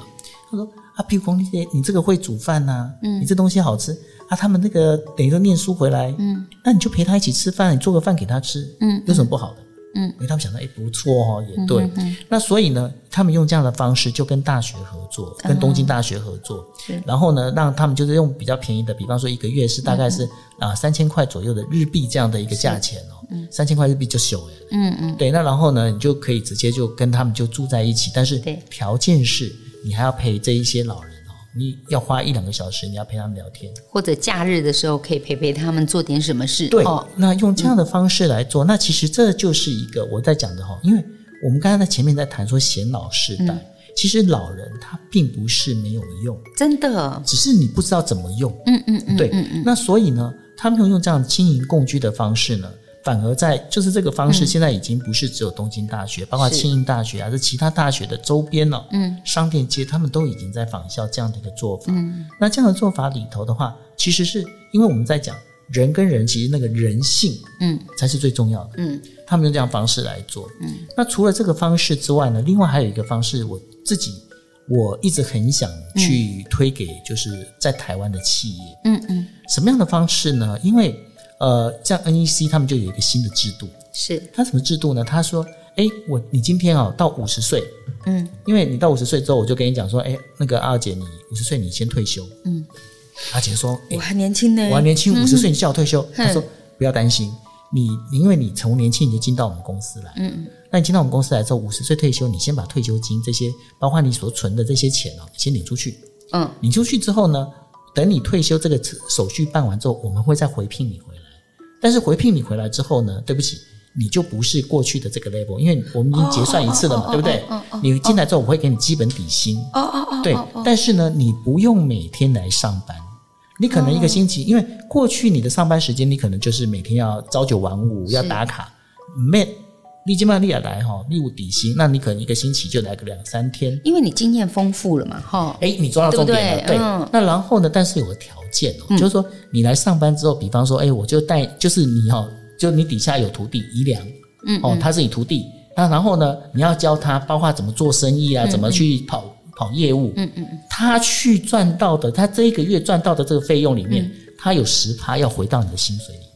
她说啊，譬如说你你这个会煮饭呐、你这东西好吃啊，他们那个等于说念书回来，嗯，那你就陪他一起吃饭，你做个饭给他吃，嗯，有什么不好的？因为他们想到，哎、不错哦，也对。那所以呢，他们用这样的方式就跟大学合作，跟东京大学合作，然后呢，让他们就是用比较便宜的，比方说一个月是大概嗯是啊三千块左右的日币这样的一个价钱哦，三千块日币就修哎，嗯嗯，对。那然后呢，你就可以直接就跟他们就住在一起，但是对条件是你还要陪这一些老人哦，你要花一两个小时，你要陪他们聊天。或者假日的时候可以陪陪他们做点什么事。对，哦，那用这样的方式来做，那其实这就是一个我在讲的哈，因为我们刚才在前面在谈说显老世嗯代，其实老人他并不是没有用，真的，只是你不知道怎么用。嗯嗯嗯，对，那所以呢，他们用这样经营共居的方式呢，反而在就是这个方式现在已经不是只有东京大学，包括嗯是庆应大学啊，还是其他大学的周边呢、嗯，商店街他们都已经在仿效这样的一个做法。嗯，那这样的做法里头的话，其实是因为我们在讲人跟人，其实那个人性，嗯，才是最重要的。嗯，他们用这样方式来做。嗯，那除了这个方式之外呢，另外还有一个方式，我自己。我一直很想去推给就是在台湾的企业，嗯嗯，什么样的方式呢？因为呃，像 NEC 他们就有一个新的制度，是它什么制度呢？他说，哎，我你今天哦到五十岁，嗯，因为你到五十岁之后，我就跟你讲说，哎，那个二姐你五十岁你先退休，嗯，阿姐说，哎我，还年轻呢，嗯我还年轻，五十岁你就叫我退休，哼他说不要担心，你你因为你从年轻你就进到我们公司来，嗯。那你进到我们公司来之后，五十岁退休，你先把退休金这些，包括你所存的这些钱哦，先领出去。嗯，你出去之后呢，等你退休这个手续办完之后，我们会再回聘你回来。但是回聘你回来之后呢，对不起，你就不是过去的这个 level，因为我们已经结算一次了哦嘛，对不对？你进来之后，我会给你基本底薪。哦哦哦。对，但是呢，你不用每天来上班。你可能一个星期，因为过去你的上班时间，你可能就是每天要朝九晚五，要打卡。没，利基曼利亚来哈，利物底薪，那你可能一个星期就来个两三天。因为你经验丰富了嘛，哈，哎，你抓到重点了，对不对嗯那然后呢？但是有个条件哦，就是说你来上班之后，比方说，哎，我就带，就是你哦，就你底下有徒弟姨娘，嗯，哦，他是你徒弟，那然后呢，你要教他，包括怎么做生意啊，怎么去跑跑业务，嗯嗯，他去赚到的，他这一个月赚到的这个费用里面，他有十趴要回到你的薪水里面。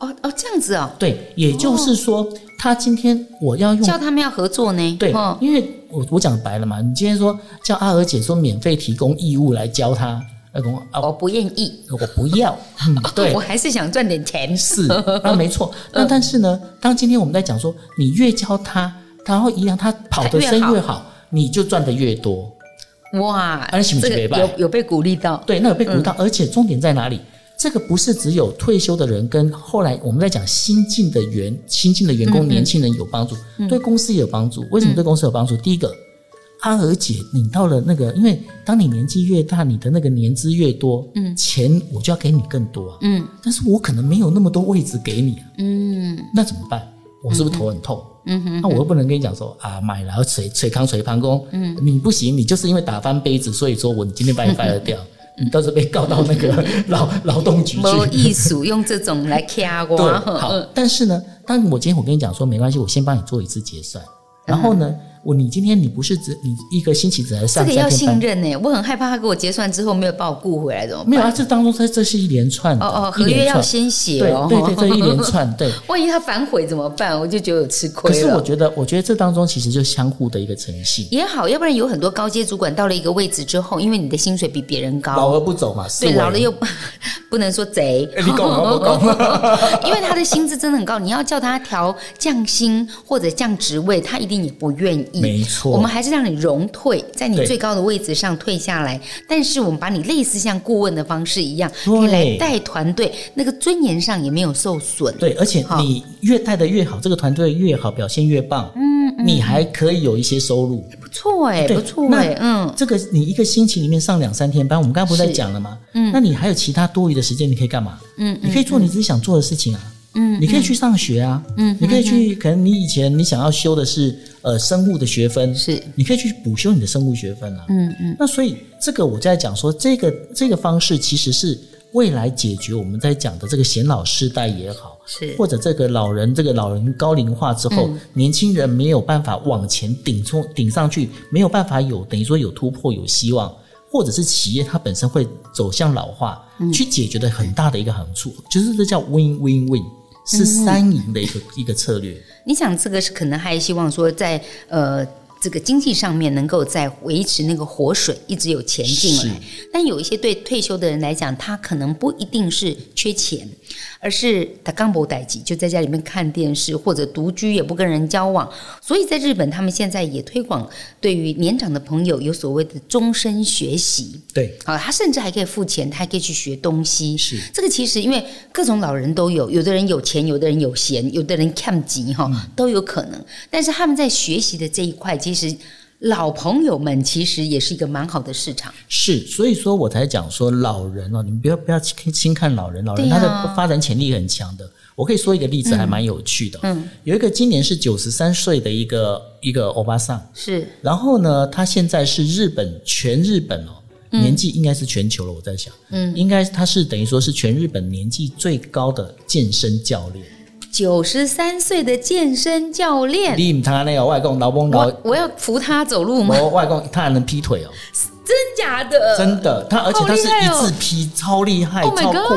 哦哦，这样子哦，对，也就是说，他今天我要用叫他们要合作呢，对嗯哦，因为我我讲白了嘛，你今天说叫阿娥姐说免费提供义务来教她，阿公啊，哦我不愿意，我不要，嗯，对 (laughs) 我，还是想赚点钱，是，那没错。那但是呢，当今天我们在讲说，你越教她，然后一样她跑得深她越越好，你就赚得越多。哇啊你是，不这是个没办有有被鼓励到，对，那有被嗯鼓到，而且重点在哪里？这个不是只有退休的人跟后来我们在讲新进的员新进的员工、年轻人有帮助，嗯对公司也有帮助。为什么对公司有帮助？第一个，阿娥姐，你到了那个，因为当你年纪越大，你的那个年资越多，嗯，钱我就要给你更多啊，嗯，但是我可能没有那么多位置给你啊，嗯，那怎么办？我是不是头很痛？嗯哼，那我又不能跟你讲说啊，买了捶捶康捶盘工，嗯，你不行，你就是因为打翻杯子，所以说我你今天把你 fire 掉，嗯你到时候被告到那个 (laughs) 劳劳动局没去。意思，用这种来掐嗯我，对，呵嗯好，但是呢，当我今天我跟你讲说没关系，我先帮你做一次结算，然后呢，我你今天你不是只你一个星期只来这上个三要天信班，任呢、我很害怕他给我结算之后没有把我雇回来怎么办？没有啊？这当中它这是一连串的，哦哦，一合约连要串，先写对哦，对对，这 (laughs) 一连串对。万一他反悔怎么办？我就觉得我吃亏可了。是我觉得，我觉得这当中其实就相互的一个诚信，也好，要不然有很多高阶主管到了一个位置之后，因为你的薪水比别人老高，而不走嘛，是对，为老了又不能说贼， (laughs) 哎你懂吗我因为他的薪资真的很高，你要叫他调降薪或者降职位，他一定也不愿意。没错我们还是让你荣退，在你对最高的位置上退下来，但是我们把你类似像顾问的方式一样，可以来对带团队，那个尊严上也没有受损。对，而且好你越带的越好，这个团队越好，表现越棒，嗯，嗯，你还可以有一些收入。不错哎，对不错那哎，嗯，这个你一个星期里面上两三天班，我们刚刚不是在是讲了吗？嗯那你还有其他多余的时间，你可以干嘛？嗯你可以做你自己想做的事情啊。嗯你可以去上学啊，嗯你可以去，可能你以前你想要修的是呃生物的学分，是你可以去补修你的生物学分啊，嗯嗯。那所以这个我在讲说，这个这个方式其实是未来解决我们在讲的这个显老世代也好，是嗯或者这个老人这个老人高龄化之后，年轻人没有办法往前顶冲顶上去，没有办法有等于说有突破有希望。或者是企业它本身会走向老化，嗯去解决的很大的一个好处，就是这叫 win win win，是三赢的一个、一个策略。你想这个是可能还希望说在呃这个经济上面能够再维持那个活水，一直有钱进是来。但有一些对退休的人来讲，他可能不一定是缺钱，而是他刚博代际就在家里面看电视，或者独居也不跟人交往。所以在日本，他们现在也推广对于年长的朋友有所谓的终身学习。对，啊，他甚至还可以付钱，他还可以去学东西。是这个其实因为各种老人都有，有的人有钱，有的人有闲，有的人看急哈，嗯都有可能。但是他们在学习的这一块，其实老朋友们其实也是一个蛮好的市场。是，所以说我才讲说老人哦，你们不要不要轻轻看老人，老人对啊他呀的发展潜力很强的。我可以说一个例子，还蛮有趣的。嗯，有一个今年是九十三岁的一个一个欧巴桑，是然后呢，他现在是日本全日本哦，嗯年纪应该是全球了，我在想，嗯，应该他是等于说是全日本年纪最高的健身教练。嗯九十三岁的健身教练，你唔他那个外公老翁老哦我，我要扶他走路吗？我外公他还能劈腿哦。真假的？真的，他而且他是一字批，超厉害， Oh my 超酷。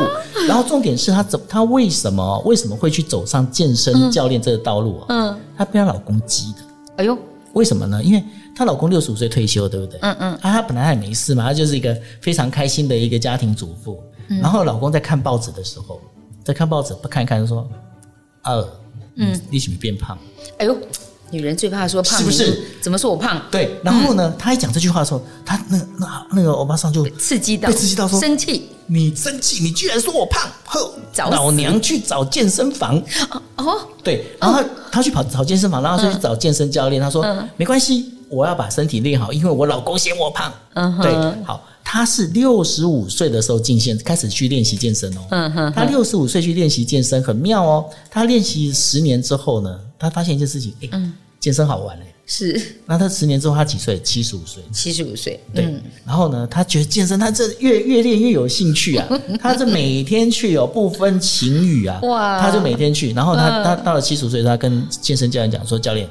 然后重点是他怎他为什么为什么会去走上健身教练这个道路啊？嗯，她被她老公激的，哎呦，为什么呢？因为她老公六十五岁退休，对不对？嗯嗯啊，她本来还没事嘛，她就是一个非常开心的一个家庭主妇。嗯然后老公在看报纸的时候，在看报纸看一看说，呃，嗯，你怎么变胖？哎呦，女人最怕说胖，是不是你怎么说我胖？对，然后嗯呢，她一讲这句话的时候，她那那那个欧巴桑就刺激到，被刺激到说生气你生气，你居然说我胖，哼，找死老娘去找健身房。哦，对，然后他,、他去跑找健身房，然后他去找健身教练，他说、嗯没关系，我要把身体练好，因为我老公嫌我胖。嗯哼对，好，他是六十五岁的时候进线开始去练习健身哦。嗯哼他六十五岁去练习健身很妙哦，他练习十年之后呢，他发现一件事情，哎、嗯健身好玩哎、是那他十年之后他几岁？七十五岁。七十五岁，对，嗯然后呢，他觉得健身，他这越越练越有兴趣 (laughs) 啊，他这每天去哦，不分晴雨啊，哇他就每天去。然后他、嗯他到了七十岁，他跟健身教练讲说：“教练，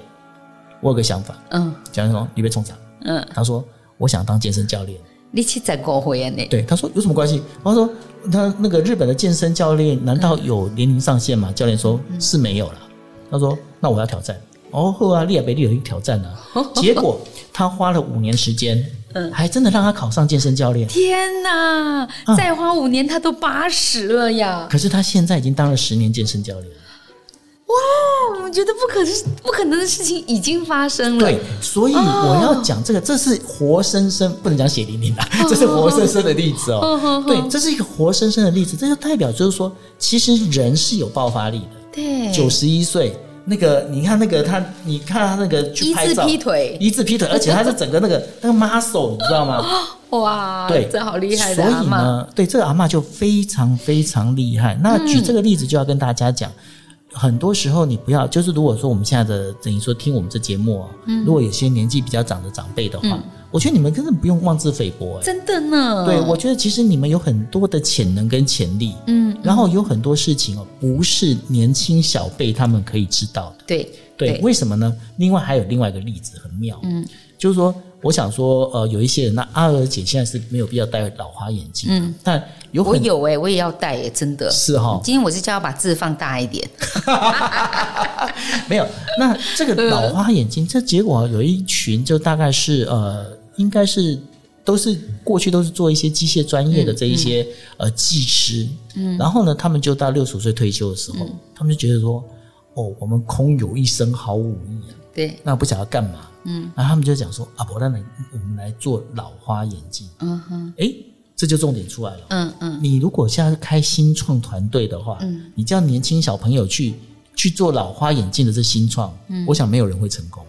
我有个想法。嗯。”教练说：“你被冲啥？”嗯，他说：“我想当健身教练。你七十五岁啊你？”对，他说：“有什么关系？”他说：“他那个日本的健身教练难道有年龄上限吗？”教练说：“是没有啦。”他说：“那我要挑战。”哦，后啊，利亚贝利有一挑战啊，结果他花了五年时间，还真的让他考上健身教练。天哪！嗯再花五年，他都八十了呀！可是他现在已经当了十年健身教练了。哇，我觉得不可不可能的事情已经发生了。对，所以我要讲这个，这是活生生，不能讲血淋淋啦，这是活生生的例子哦。对，这是一个活生生的例子，这就代表就是说，其实人是有爆发力的。对，九十一岁，那个你看那个他，你看他那个去一拍字照，劈腿，一字 (laughs) 劈腿，而且他是整个那个那个 muscle，你知道吗？哇，对，这好厉害的所阿嗯以妈。呢，对这个阿嬷就非常非常厉害。那举这个例子就要跟大家讲。很多时候，你不要就是，如果说我们现在的等于说听我们这节目、哦，嗯如果有些年纪比较长的长辈的话，我觉得你们根本不用妄自菲薄、哎真的呢，对，我觉得其实你们有很多的潜能跟潜力，嗯，然后有很多事情哦，不是年轻小辈他们可以知道的。对对，对为什么呢？另外还有另外一个例子很妙，嗯，就是说，我想说，呃，有一些人，那阿娥姐现在是没有必要戴老花眼镜，嗯，但有我很有哎、我也要戴耶、真的。是哈，今天我是叫他把字放大一点，没有。那这个老花眼镜，这结果有一群就大概是呃，应该是都是过去都是做一些机械专业的这一些、呃技师，嗯，然后呢，他们就到六十岁退休的时候，他们就觉得说，哦，我们空有一身好武艺啊，对，那不晓得干嘛，嗯，然后他们就讲说，啊，不然呢，我们来做老花眼镜，嗯哼，诶，这就重点出来了，嗯嗯，你如果现在开新创团队的话，你叫年轻小朋友去去做老花眼镜的这新创，我想没有人会成功。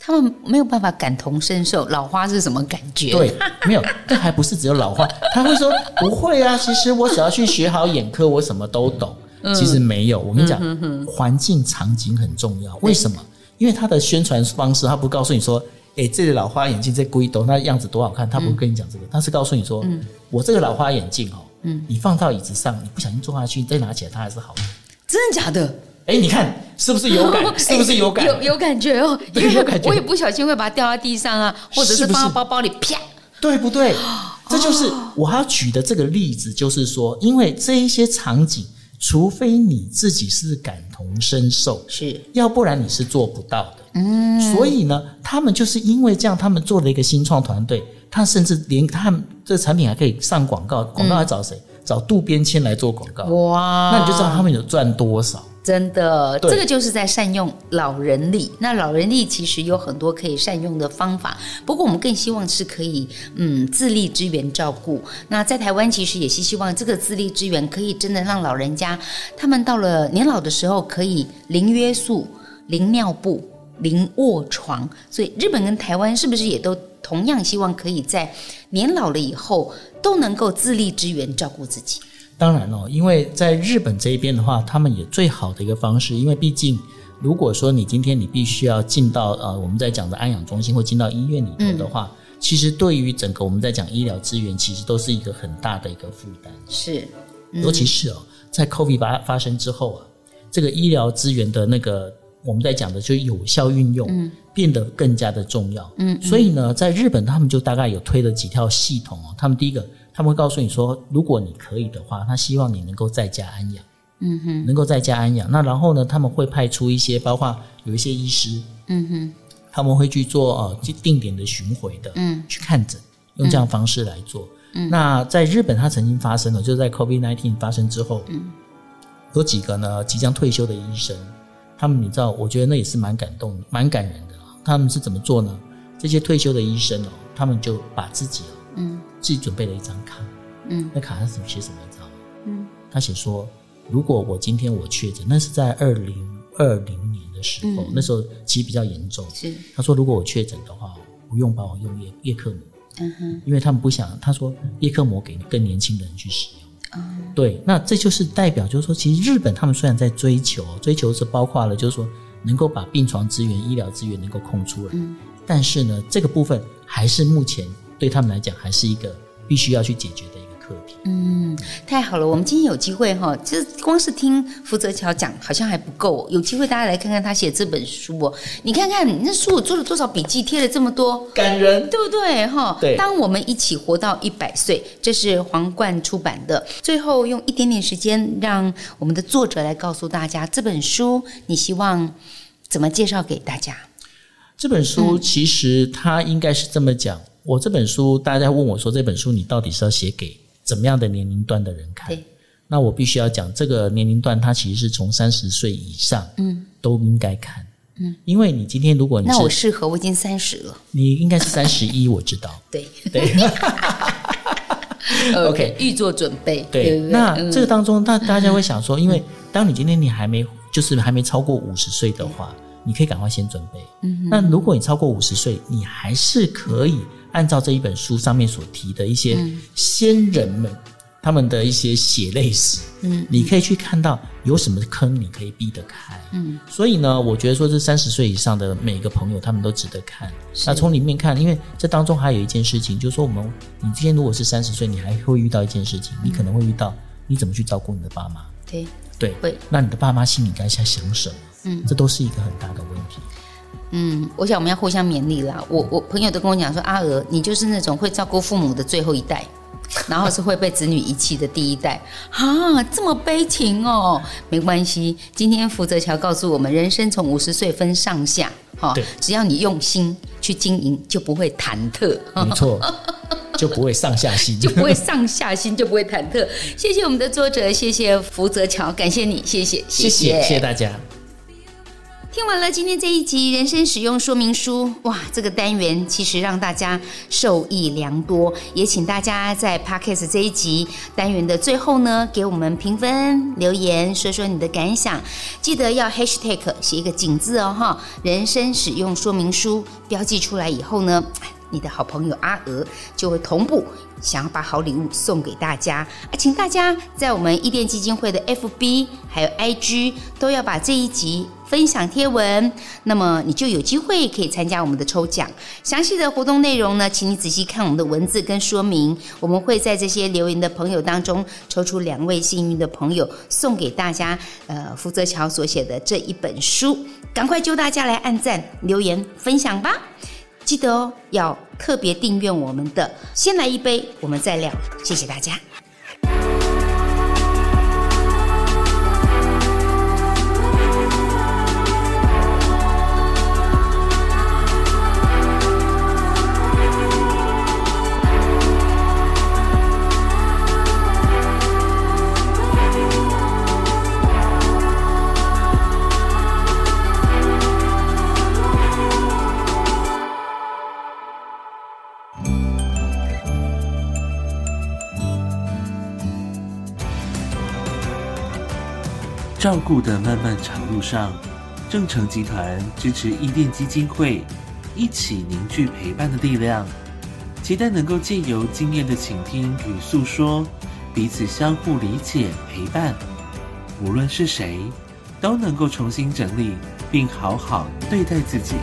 他们没有办法感同身受老花是什么感觉，对，没有，这还不是只有老花，他会说不会啊，其实我只要去学好眼科，我什么都懂。其实没有，我跟你讲，环境场景很重要。为什么？因为他的宣传方式，他不告诉你说。哎、这个老花眼镜这故意抖，那样子多好看！他不会跟你讲这个，他是告诉你说，我这个老花眼镜哦，你放到椅子上，你不小心坐下去，你再拿起来，它还是好的。真的假的？哎，你看是不是有 (laughs) 感？是不是有感？有有感觉哦，因对有感为觉我也不小心会把它掉到地上啊，或者是是不是放到包包里，啪，对不对？哦这就是我要举的这个例子，就是说，因为这一些场景，除非你自己是感同身受，是要不然你是做不到的。嗯，所以呢，他们就是因为这样，他们做了一个新创团队，他甚至连他们这产品还可以上广告，广告还找谁？找渡边谦来做广告。嗯哇那你就知道他们有赚多少。真的，对这个就是在善用老人力。那老人力其实有很多可以善用的方法，不过我们更希望是可以嗯自立支援照顾。那在台湾其实也是希望这个自立支援可以真的让老人家他们到了年老的时候可以零约束、零尿布、零卧床。所以日本跟台湾是不是也都同样希望可以在年老了以后都能够自立支援照顾自己？当然哦，因为在日本这一边的话，他们也最好的一个方式，因为毕竟如果说你今天你必须要进到呃我们在讲的安养中心或进到医院里头的话，其实对于整个我们在讲医疗资源，其实都是一个很大的一个负担，是，尤其是哦，在 COVID 发发生之后啊，这个医疗资源的那个我们在讲的就是有效运用，变得更加的重要。嗯，所以呢，在日本他们就大概有推了几条系统哦。他们第一个，他们会告诉你说，如果你可以的话，他希望你能够在家安养，嗯哼，能够在家安养。那然后呢，他们会派出一些，包括有一些医师，嗯哼，他们会去做呃去定点的巡回的，嗯，去看诊，用这样的方式来做。嗯，那在日本，它曾经发生了，就是在 COVID 1 9发生之后，嗯，有几个呢即将退休的医生，他们你知道，我觉得那也是蛮感动、蛮感人的啊。他们是怎么做呢？这些退休的医生哦，他们就把自己哦，嗯自己准备了一张卡，嗯那卡上是写什么你知道吗？嗯，他写说，如果我今天我确诊，那是在二零二零年的时嗯候，那时候其实比较严重，是，他说如果我确诊的话，不用帮我用叶叶克膜，嗯哼。因为他们不想。他说叶克膜给更年轻的人去使用。哦对，那这就是代表，就是说，其实日本他们虽然在追求，追求是包括了，就是说能够把病床资源、医疗资源能够空出来，嗯但是呢，这个部分还是目前对他们来讲还是一个必须要去解决的一个课题。嗯，太好了，我们今天有机会哈，就是光是听福泽桥讲好像还不够，哦有机会大家来看看他写这本书哦。你看看你那书我做了多少笔记，贴了这么多，感人。对不对哈？对当我们一起活到一百岁，这是皇冠出版的。最后用一点点时间，让我们的作者来告诉大家这本书，你希望怎么介绍给大家？这本书其实它应该是这么讲，我这本书大家问我说，这本书你到底是要写给怎么样的年龄段的人看对？那我必须要讲，这个年龄段它其实是从三十岁以上，嗯，都应该看，嗯，因为你今天如果你那嗯我是适合，我已经三十了，你应该是三十 (laughs) 一，我知道，对 (laughs) (laughs) 呃对 OK 预做准备，对。嗯不对那嗯这个当中，大大家会想说，因为当你今天你还没就是还没超过五十岁的话，你可以赶快先准备。那如果你超过五十岁，你还是可以按照这一本书上面所提的一些先人们、他们的一些血泪史，嗯，你可以去看到有什么坑你可以避得开，嗯，所以呢，我觉得说这三十岁以上的每一个朋友，他们都值得看。那从里面看，因为这当中还有一件事情，就是说我们你今天如果是三十岁，你还会遇到一件事情，你可能会遇到你怎么去照顾你的爸妈，对对，会那你的爸妈心里该在想什么？嗯，这都是一个很大的问题。嗯，我想我们要互相勉励啦。嗯我我朋友都跟我讲说，阿娥，你就是那种会照顾父母的最后 (laughs) 一代，然后是会被子女遗弃的第一代啊，这么悲情哦。没关系，今天福泽桥告诉我们，人生从五十岁分上下，哈对只要你用心去经营，就不会忐忑。没 (laughs) 错，就不会上下心，就不会上下心，就不会忐忑。谢谢我们的作者，谢谢福泽桥，感谢你，谢谢，谢谢，谢谢大家。听完了今天这一集《人生使用说明书》，哇，这个单元其实让大家受益良多，也请大家在 Podcast 这一集单元的最后呢，给我们评分、留言，说说你的感想。记得要 Hashtag 写一个井字哦，哈，《人生使用说明书》标记出来以后呢。你的好朋友阿娥就会同步想要把好礼物送给大家啊！请大家在我们伊甸基金会的 FB 还有 IG 都要把这一集分享贴文，那么你就有机会可以参加我们的抽奖。详细的活动内容呢，请你仔细看我们的文字跟说明，我们会在这些留言的朋友当中抽出两位幸运的朋友，送给大家呃福泽桥所写的这一本书。赶快揪大家来按赞、留言、分享吧！记得哦，要特别订阅我们的“先来一杯，我们再聊”。谢谢大家。照顾的漫漫长路上，正成集团支持伊甸基金会，一起凝聚陪伴的力量，期待能够借由经验的倾听与诉说，彼此相互理解陪伴，无论是谁，都能够重新整理并好好对待自己。